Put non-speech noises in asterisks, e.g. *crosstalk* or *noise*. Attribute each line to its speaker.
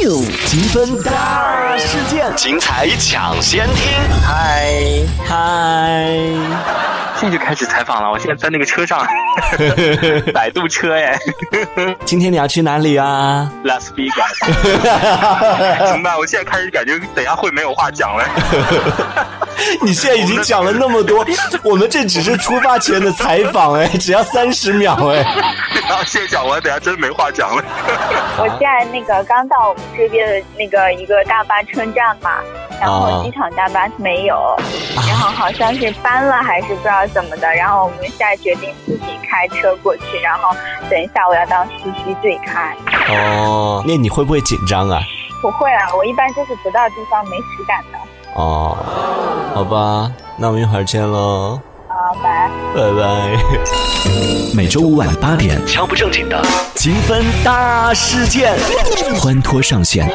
Speaker 1: news
Speaker 2: 积分大事件，精彩抢先听。
Speaker 1: 嗨嗨，
Speaker 3: 现在就开始采访了，我现在在那个车上，摆渡车哎
Speaker 2: 今天你要去哪里啊？
Speaker 3: ，Las Vegas，怎么办？我现在开始感觉等一下会没有话讲了。
Speaker 2: *laughs*
Speaker 3: *laughs*
Speaker 2: 你现在已经讲了那么多，我们这只是出发前的采访哎，只要三十秒哎。
Speaker 3: 然后现在讲完，等一下真没话讲了。
Speaker 4: 我在那个刚到我们这边的那个一个大巴车站嘛，然
Speaker 2: 啊
Speaker 4: 后机场大巴没有，然后好像是搬了还是不知道怎么的，然后我们现在决定自己开车过去，然后等一下我要到西西队开。
Speaker 2: 哦，那你会不会紧张啊？
Speaker 4: 不会啊，我一般就是不到地方没实感的。
Speaker 2: 哦，好吧，那我们一会儿见喽，
Speaker 4: 啊，拜。
Speaker 2: 拜拜。 *laughs*
Speaker 5: 每周五晚八点，
Speaker 2: 敲不正经的积分大事件。
Speaker 5: 欢脱上线。